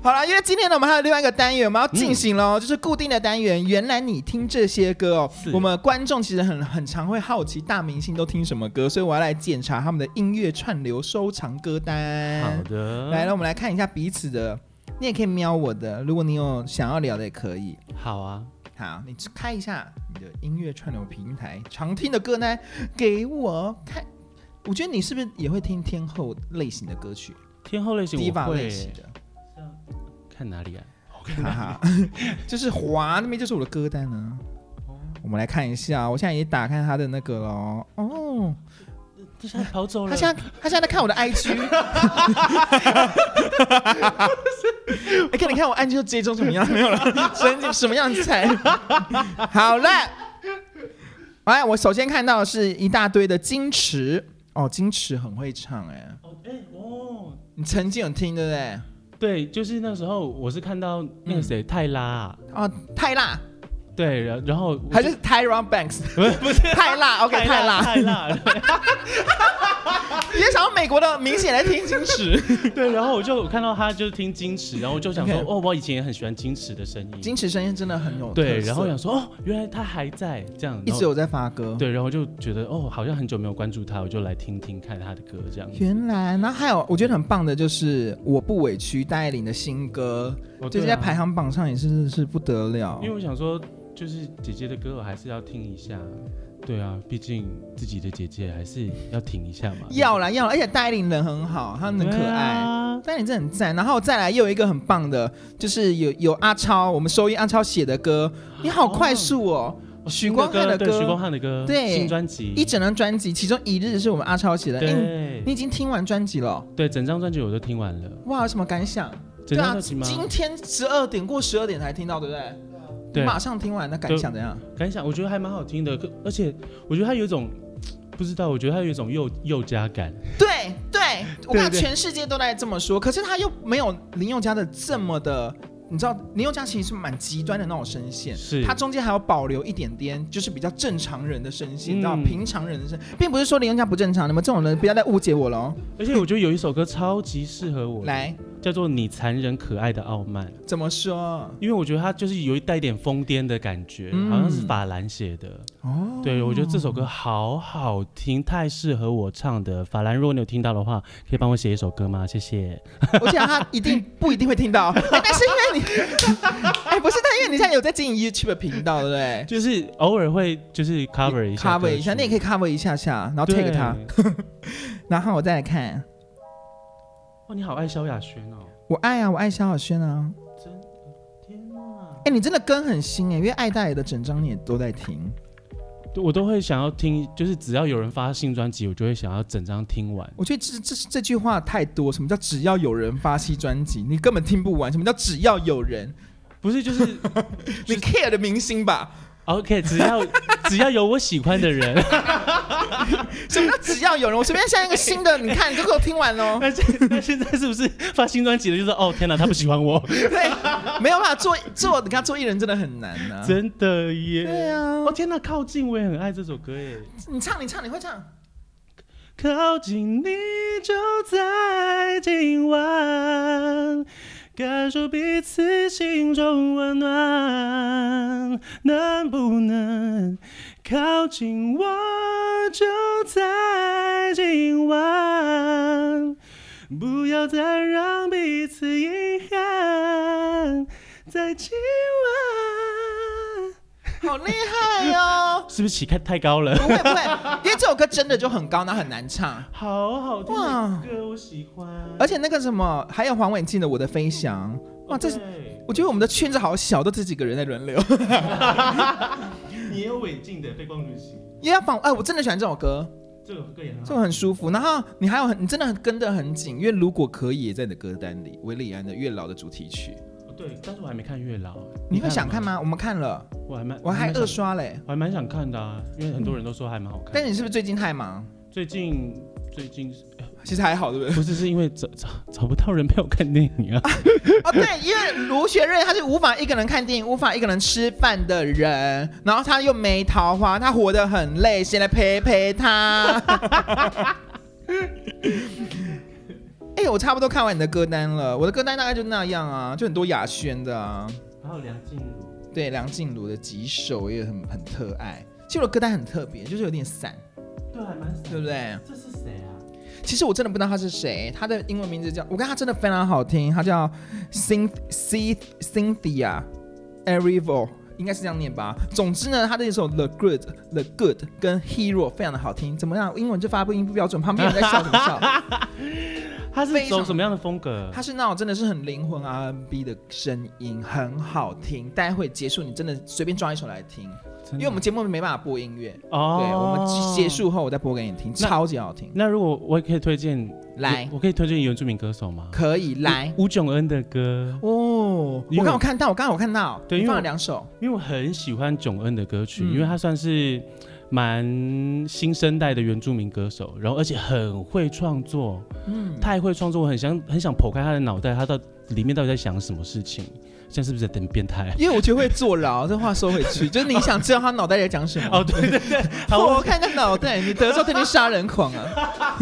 Speaker 1: 好了，因为今天呢，我们还有另外一个单元，我们要进行喽，就是固定的单元。原来你听这些歌哦，
Speaker 3: 嗯是
Speaker 1: 我们观众其实很很常会好奇大明星都听什么歌，所以我要来检查他们的音乐串流收藏歌单。
Speaker 3: 好的，
Speaker 1: 哎来了，我们来看一下彼此的，你也可以瞄我的，如果你有想要聊的也可以。
Speaker 3: 好啊，
Speaker 1: 好，你去开一下你的音乐串流平台，常听的歌呢，给我看。我觉得你是不是也会听天后类型的歌曲
Speaker 3: 天后类型我
Speaker 1: ，diva 类
Speaker 3: 会欸
Speaker 1: 型的？
Speaker 3: 看哪里啊？
Speaker 1: 哈哈， 就是滑那边就是我的歌单呢、
Speaker 3: 哦
Speaker 1: 我们来看一下，我现在也打开他的那个喽。哦，
Speaker 3: 他现在跑走了，
Speaker 1: 他现在他现在在 看我的 IG，哎、看你看我 IG 就追踪什么样没有 了，神经什么样子才 好了。哎，我首先看到的是一大堆的金池哦，金池很会唱哎、
Speaker 3: 哦哎哦，
Speaker 1: 你曾经有听对不对？
Speaker 3: 对，就是那时候我是看到那个
Speaker 1: 嗯
Speaker 3: 谁泰拉啊，
Speaker 1: 哦，太辣
Speaker 3: 对，然然后我
Speaker 1: 还
Speaker 3: 就是
Speaker 1: Tyron Banks
Speaker 3: 不是不是
Speaker 1: 太辣，OK 太 辣，
Speaker 3: 太辣，
Speaker 1: 也想到美国的明显来听金池。
Speaker 3: 对，然后我就有看到他就是听金池，然后我就想说
Speaker 1: OK
Speaker 3: 哦，我以前也很喜欢金池的声音，
Speaker 1: 金池声音真的很有
Speaker 3: 对，
Speaker 1: 特色
Speaker 3: 然后想说哦，原来他还在这样，
Speaker 1: 一
Speaker 3: 然
Speaker 1: 直
Speaker 3: 后
Speaker 1: 有在发歌。，
Speaker 3: 对，然后就觉得哦，好像很久没有关注他，我就来听听看他的歌 这样。
Speaker 1: 原来，然后还有我觉得很棒的就是《我不委屈》戴爱玲的新歌，
Speaker 3: 哦
Speaker 1: 最近在排，行榜上也是是不得了
Speaker 3: 对啊因为。我想说，就是姐姐的歌我还是要听一下，
Speaker 1: 嗯
Speaker 3: 对啊，毕竟自己的姐姐还是要挺一下嘛。
Speaker 1: 要啦要啦，而且戴爱玲人很好，她很可
Speaker 3: 对
Speaker 1: 爱。
Speaker 3: 啊
Speaker 1: 戴爱玲真的很赞，然后再来又有一个很棒的，就是有有阿超，我们收音阿超写的歌，你好快速哦，
Speaker 3: 哦
Speaker 1: 许光汉的
Speaker 3: 那个对
Speaker 1: 歌
Speaker 3: 许光汉的歌，
Speaker 1: 对
Speaker 3: 新专辑
Speaker 1: 一整张专辑，其中一日是我们阿超写的。哎你
Speaker 3: 对
Speaker 1: 你已经听完专辑了哦，
Speaker 3: 对，整张专辑我都听完了，
Speaker 1: 哇，有什么感想？对
Speaker 3: 整张
Speaker 1: 啊，
Speaker 3: 专辑吗？
Speaker 1: 今天十二点过十二点才听到，对不对？
Speaker 3: 对
Speaker 1: 马上听完，那感想怎样？
Speaker 3: 感想，我觉得还蛮好听的，可而且我觉得它有一种不知道，我觉得它有一种幼幼家感。
Speaker 1: 对对，我
Speaker 3: 对
Speaker 1: 看
Speaker 3: 对
Speaker 1: 全世界都在这么说，可是他又没有林宥嘉的这么的，你知道，林宥嘉其实是蛮极端的那种声线。
Speaker 3: 是
Speaker 1: 他中间还有保留一点点，就是比较正常人的声线，你知道，
Speaker 3: 嗯
Speaker 1: 平常人的声，并不是说林宥嘉不正常，你们这种人不要再误解我了哦。
Speaker 3: 而且我觉得有一首歌超级适合 我，
Speaker 1: 来，
Speaker 3: 叫做《你残忍可爱的傲慢》，
Speaker 1: 怎么说？
Speaker 3: 因为我觉得它就是有一带点疯癫的感觉，
Speaker 1: 嗯
Speaker 3: 好像是法兰写的。
Speaker 1: 哦，
Speaker 3: 对，我觉得这首歌好好听，太适合我唱的。法兰，如果你有听到的话，可以帮我写一首歌吗？谢谢。
Speaker 1: 我想他一定不一定会听 到，哎但是因为你，哎，不是，但因为你现在有在经营 YouTube 的频道，对不对？
Speaker 3: 就是偶尔会就是 cover 一下歌曲
Speaker 1: cover 一下，那也可以 cover 一下下，然后 take
Speaker 3: 对
Speaker 1: 他， 然后我再来看，
Speaker 3: 哦，你好爱萧亚轩哦，
Speaker 1: 我爱啊，我爱萧亚轩啊，
Speaker 3: 真的天哪！
Speaker 1: 哎，你真的跟很新哎、因为爱戴尔的整张你也都在听，
Speaker 3: 对我都会想要听，就是只要有人发新专辑，我就会想要整张听完。
Speaker 1: 我觉得这这这句话太多，什么叫只要有人发新专辑，你根本听不完，什么叫只要有人，
Speaker 3: 不是，就是
Speaker 1: 你 care 的明星吧？
Speaker 3: OK，只要只要有我喜欢的人，
Speaker 1: 什么叫只要有人？我随便下一个新的，你看你就给我听完 喽。
Speaker 3: 那现那现在是不是发新专辑的就是哦天哪，他不喜 欢我，
Speaker 1: 对，没有办法做做，你看做艺人真的很难呐、
Speaker 3: 真的耶。
Speaker 1: 啊对啊
Speaker 3: 哦天哪，靠近我也很爱这首歌耶。
Speaker 1: 你唱，你唱，你会唱。
Speaker 3: 靠近你就在今晚，感受彼此心中温暖。能不能靠近我就在今晚？不要再让彼此遗憾在今晚。
Speaker 1: 好厉害哦！
Speaker 3: 是不是起开太高了？
Speaker 1: 不会不会，因为这首歌真的就很高，那很难唱。
Speaker 3: 好好听
Speaker 1: 哇
Speaker 3: 的歌，我喜欢。
Speaker 1: 而且那个什么，还有黄伟晋的《我的飞翔》，哇，这是
Speaker 3: 对
Speaker 1: 我觉得我们的圈子好小，都这几个人在轮流。
Speaker 3: 你也有违禁的《背光旅行
Speaker 1: 也要仿哎，我真的喜欢这首歌，》
Speaker 3: 这首歌也很
Speaker 1: 这
Speaker 3: 好。
Speaker 1: 首很舒服。然后你还有很，你真的很跟得很紧，因为如果可以也在你的歌单里，韦礼安的《月老》的主题曲，
Speaker 3: 哦对，但是我还没看《月老》，
Speaker 1: 你会想看
Speaker 3: 了？
Speaker 1: 吗？我们看了，
Speaker 3: 我还蛮，
Speaker 1: 我还
Speaker 3: 蛮想
Speaker 1: 二刷嘞。
Speaker 3: 我还蛮想看的啊，因为很多人都说还蛮好看。
Speaker 1: 但是你是不是最近太忙？
Speaker 3: 最近最近
Speaker 1: 其实还好，对不对？
Speaker 3: 不是是因为找找找不到人陪我看电影啊，
Speaker 1: 哦，对，因为卢学瑞他是无法一个人看电影、无法一个人吃饭的人，然后他又没桃花，他活得很累，谁来陪陪他？ 哎、我差不多看完你的歌单了，我的歌单大概就那样啊，就很多雅轩的啊，
Speaker 3: 还有梁静茹，
Speaker 1: 对，梁静茹的几首也很很特爱。其实我的歌单很特别，就是有点散，
Speaker 3: 对，还蛮
Speaker 1: 对不？对？
Speaker 3: 这是谁啊？
Speaker 1: 其实我真的不知道他是谁，他的英文名字叫，我看他真的非常好听，他叫 Cyn C Cynthia Erivo，应该是这样念吧。总之呢，他的一首 The Good The Good 跟 Hero 非常的好听。怎么样？英文就发不音不标准，旁边人在笑什么笑？
Speaker 3: 他是
Speaker 1: 非常
Speaker 3: 走什么样的风格？
Speaker 1: 他是那种真的是很灵魂啊 R&B 的声音，很好听。待会结束你真的随便抓一首来听，因为我们节目没办法播音乐。
Speaker 3: 哦，
Speaker 1: 对，我们结。束后我再播给你听，
Speaker 3: 那
Speaker 1: 超级好听。
Speaker 3: 那如果我也可以推荐，
Speaker 1: 来
Speaker 3: 我，我可以推荐原住民歌手吗？
Speaker 1: 可以来。
Speaker 3: 吴炯恩的歌，
Speaker 1: 哦，我
Speaker 3: 因为
Speaker 1: 刚
Speaker 3: 我
Speaker 1: 好看到，我刚好看到，
Speaker 3: 对
Speaker 1: 你
Speaker 3: 因为
Speaker 1: 放了
Speaker 3: 我哦
Speaker 1: 两 首，
Speaker 3: 因为我很喜欢炯恩的歌曲，
Speaker 1: 嗯
Speaker 3: 因为他算是蛮新生代的原住民歌手，然后而且很会创作，
Speaker 1: 嗯，
Speaker 3: 太会创作，我很想很想剖开他的脑袋，他到里面到底在想什么事情？现在是不是在等变态？
Speaker 1: 因为我觉得会坐牢，这话说回去，就是你想知道他脑袋在讲什么。
Speaker 3: 哦，对对对，好，
Speaker 1: 我
Speaker 3: 我
Speaker 1: 看看脑袋，你德州特定杀人狂 啊！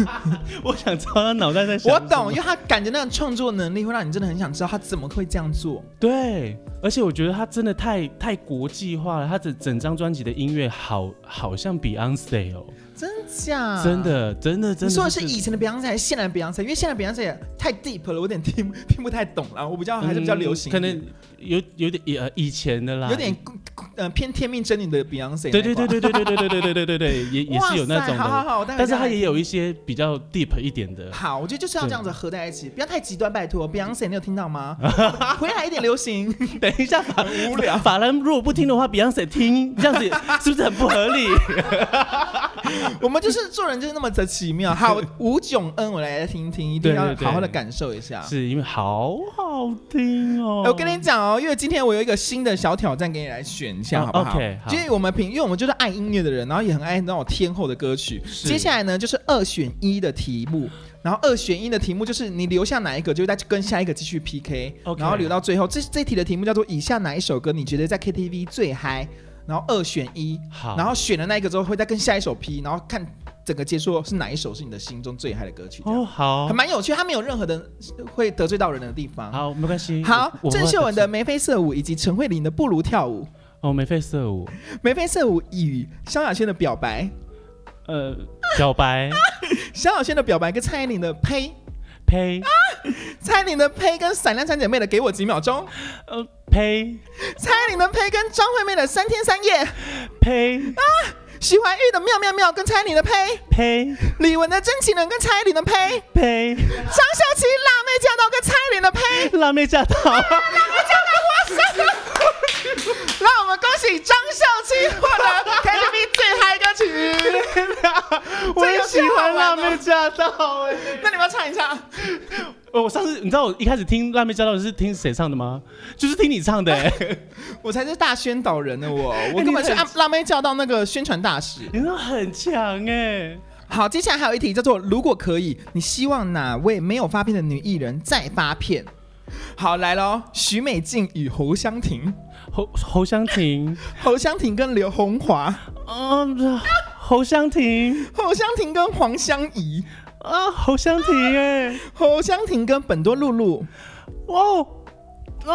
Speaker 3: 我想知道他脑袋在想
Speaker 1: 我
Speaker 3: 什么。
Speaker 1: 懂，因为他感觉那种创作能力会让你真的很想知道他怎么会这样做。
Speaker 3: 对，而且我觉得他真的太太国际化了，他整整张专辑的音乐好好像 Beyonce 哦，
Speaker 1: 真假？
Speaker 3: 真。的真的真
Speaker 1: 嗯
Speaker 3: 的。
Speaker 1: 你说的是
Speaker 3: 就是
Speaker 1: 以前的 Beyonce 还是现在的 Beyonce？因为现在的 Beyonce 也太 deep 了，我有点听听不太懂了。我比较还是比较流行
Speaker 3: 嗯可
Speaker 1: 一点，
Speaker 3: 能有有点呃以前的啦，
Speaker 1: 有点呃偏天命真女的 Beyonce 那一挂。
Speaker 3: 对对对对对对对对对对对对对， 也也
Speaker 1: 哇
Speaker 3: 是有那
Speaker 1: 塞
Speaker 3: 种
Speaker 1: 好好
Speaker 3: 的，
Speaker 1: 好，我待会
Speaker 3: 但是
Speaker 1: 再
Speaker 3: 他
Speaker 1: 来
Speaker 3: 也有一些比较 deep 一点的，
Speaker 1: 好，我觉得就是要这样子合在一起，不要太极端，拜托。Beyonce，你有听到 吗？回来一点流行，
Speaker 3: 嗯等一下，法
Speaker 1: 很无聊。
Speaker 3: 法兰如果不听的话，Beyonce 听，这样子是不是很不合 理？
Speaker 1: 我们就是做人就是那么的奇妙。 好，吴炯恩，我来听听，一定要
Speaker 3: 对对对
Speaker 1: 好好的感受一下。
Speaker 3: 是因为好好听哦。
Speaker 1: 哎我跟你讲哦，因为今天我有一个新的小挑战给你来选一下，
Speaker 3: 哦
Speaker 1: 好不好
Speaker 3: OK，？好
Speaker 1: 因为我们平，因为我们就是爱音乐的人，然后也很爱那种天后的歌曲。
Speaker 3: 是
Speaker 1: 接下来呢，就是二选一的题目，然后二选一的题目就是你留下哪一个，就再跟下一个继续 PK，
Speaker 3: OK
Speaker 1: 然后留到最后。这这题的题目叫做以下哪一首歌你觉得在 KTV 最嗨？然后二选一，
Speaker 3: 好，
Speaker 1: 然后选了那一个之后会再跟下一首 P，然后看整个结束是哪一首是你的心中最嗨的歌曲。这样
Speaker 3: 哦好
Speaker 1: 还蛮有趣，它没有任何的会得罪到人的地方。
Speaker 3: 好没关系。
Speaker 1: 好
Speaker 3: 我，
Speaker 1: 郑秀文的《眉飞色舞》以及陈慧琳的《不如跳舞》，
Speaker 3: 哦眉飞色舞，
Speaker 1: 《眉飞色舞》与萧亚轩的《表白》，
Speaker 3: 呃表白
Speaker 1: 萧亚轩的《表白》跟蔡依林的《呸》，
Speaker 3: 呸
Speaker 1: 蔡依林的《呸》跟闪亮三姐妹的《给我几秒钟》，
Speaker 3: 呃呸
Speaker 1: 蔡依林的《呸》跟张惠妹的《三天三夜》，
Speaker 3: 呸
Speaker 1: 徐怀钰的《妙妙妙》跟蔡依林的《呸》，
Speaker 3: 呸
Speaker 1: 李玟的《真情人》跟蔡依林的《呸》，
Speaker 3: 呸，
Speaker 1: 张秀琪辣妹驾到跟蔡依林的《呸》。
Speaker 3: 辣 妹驾到，
Speaker 1: 让我们恭喜张秀清获得 KTV 最嗨歌曲。
Speaker 3: 我也喜欢辣
Speaker 1: 这
Speaker 3: 妹
Speaker 1: 个
Speaker 3: 驾到哎。
Speaker 1: 那你们要唱一下？
Speaker 3: 哦我上次你知道我一开始听辣妹驾到是听谁唱的吗？就是听你唱的哎，
Speaker 1: 我才是大宣导人呢，我我
Speaker 3: 哎
Speaker 1: 根本
Speaker 3: 你
Speaker 1: 是
Speaker 3: 很
Speaker 1: 辣辣妹叫到那个宣传大使。
Speaker 3: 你真的很强哎。
Speaker 1: 好，接下来还有一题叫做：如果可以，你希望哪位没有发片的女艺人再发片？好，来喽，许美静与侯湘婷，
Speaker 3: 侯侯湘婷，
Speaker 1: 侯湘婷跟刘洪华，
Speaker 3: 嗯， 侯湘婷
Speaker 1: 侯湘婷跟黄湘怡，
Speaker 3: 啊，侯湘婷哎、
Speaker 1: 侯湘婷跟本多露露，
Speaker 3: 哇哦，啊，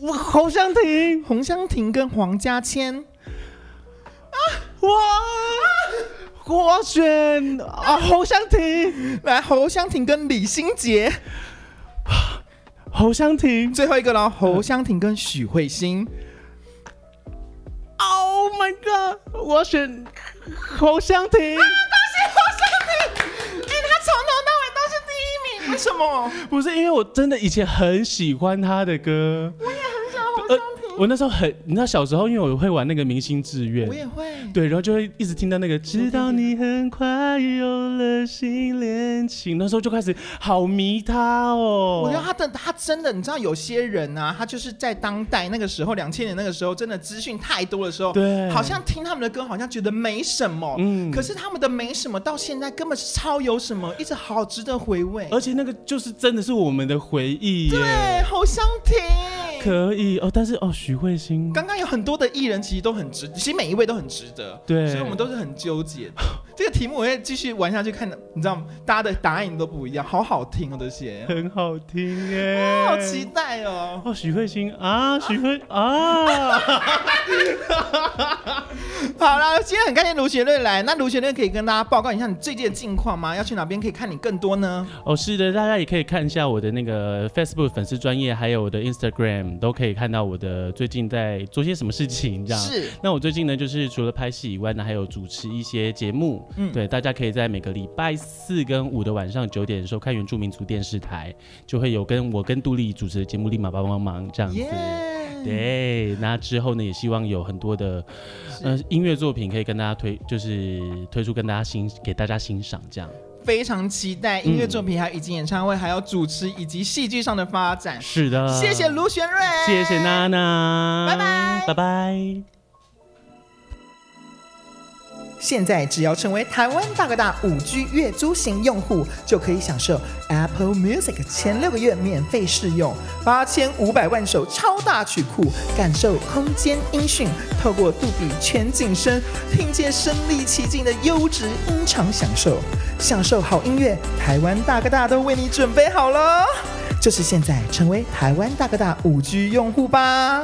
Speaker 3: 我侯湘婷，
Speaker 1: 洪湘婷跟黄家千。
Speaker 3: 哇，我选啊侯湘婷，
Speaker 1: 来，侯湘婷跟李心洁，
Speaker 3: 侯湘婷
Speaker 1: 最后一个喽，侯湘婷跟许慧欣。
Speaker 3: ，Oh my god，我选侯湘 婷，
Speaker 1: 哎、他从头到尾都是第一名，为什么？
Speaker 3: 不是因为我真的以前很喜欢她的歌，我也很喜欢侯湘婷。我那时候很，你知道小时候，因为我会玩那个明星志愿
Speaker 1: 我，也会。
Speaker 3: 对，然后就会一直听到那个“知道你很快有了新恋情”，那时候就开始好迷他哦。
Speaker 1: 我觉得他的他真的，你知道有些人啊，他就是在当代那个时候，两千年那个时候，真的资讯太多的时候，
Speaker 3: 对
Speaker 1: 好像听他们的歌，好像觉得没什么，嗯，
Speaker 3: 嗯
Speaker 1: 可是他们的没什么，到现在根本是超有什么，一直好值得回味。
Speaker 3: 而且那个就是真的是我们的回忆耶，
Speaker 1: 对，侯湘婷，
Speaker 3: 可以哦。但是哦，许慧欣，
Speaker 1: 刚刚有很多的艺人，其实都很值，其实每一位都很值得，
Speaker 3: 对
Speaker 1: 所以我们都是很纠结的。 这个题目我会继续玩下去看，你知道吗？大家的答案都不一样，好好听哦，这 些，
Speaker 3: 很好听耶，
Speaker 1: 好期待哦。
Speaker 3: 哦，许慧欣啊，许慧啊，
Speaker 1: 好了，今天很感谢卢学瑞来。那卢学瑞可以跟大家报告一下你最近的近况吗？要去哪边可以看你更多呢？
Speaker 3: 哦，是的，大家也可以看一下我的那个 Facebook 粉丝专业，还有我的 Instagram，都可以看到我的最近在做些什么事情这样。
Speaker 1: 是
Speaker 3: 那我最近呢，就是除了拍戏以外呢，还有主持一些节目。
Speaker 1: 嗯
Speaker 3: 嗯，对，大家可以在每个礼拜四跟五的晚上九点收看原住民族电视台，就会有跟我跟杜丽主持的节目《立马帮帮忙》这样子。
Speaker 1: 耶、
Speaker 3: 对，那之后呢，也希望有很多的呃音乐作品可以跟大家推，就是推出跟大家欣给大家欣赏这样。
Speaker 1: 非常期待音乐作品，还有以及演唱会，还有主持以及戏剧上的发展。
Speaker 3: 是的，
Speaker 1: 谢谢，卢学瑞，
Speaker 3: 嗯谢谢娜娜，
Speaker 1: 拜拜
Speaker 3: 拜拜。
Speaker 1: 现在只要成为台湾大哥大五 G 月租型用户，就可以享受 Apple Music 前六个月免费试用，八千五百万首超大曲库，感受空间音讯，透过杜比全景声，听见身临其境的优质音场享受，享受好音乐，台湾大哥大都为你准备好了，就是现在成为台湾大哥大五 G 用户吧。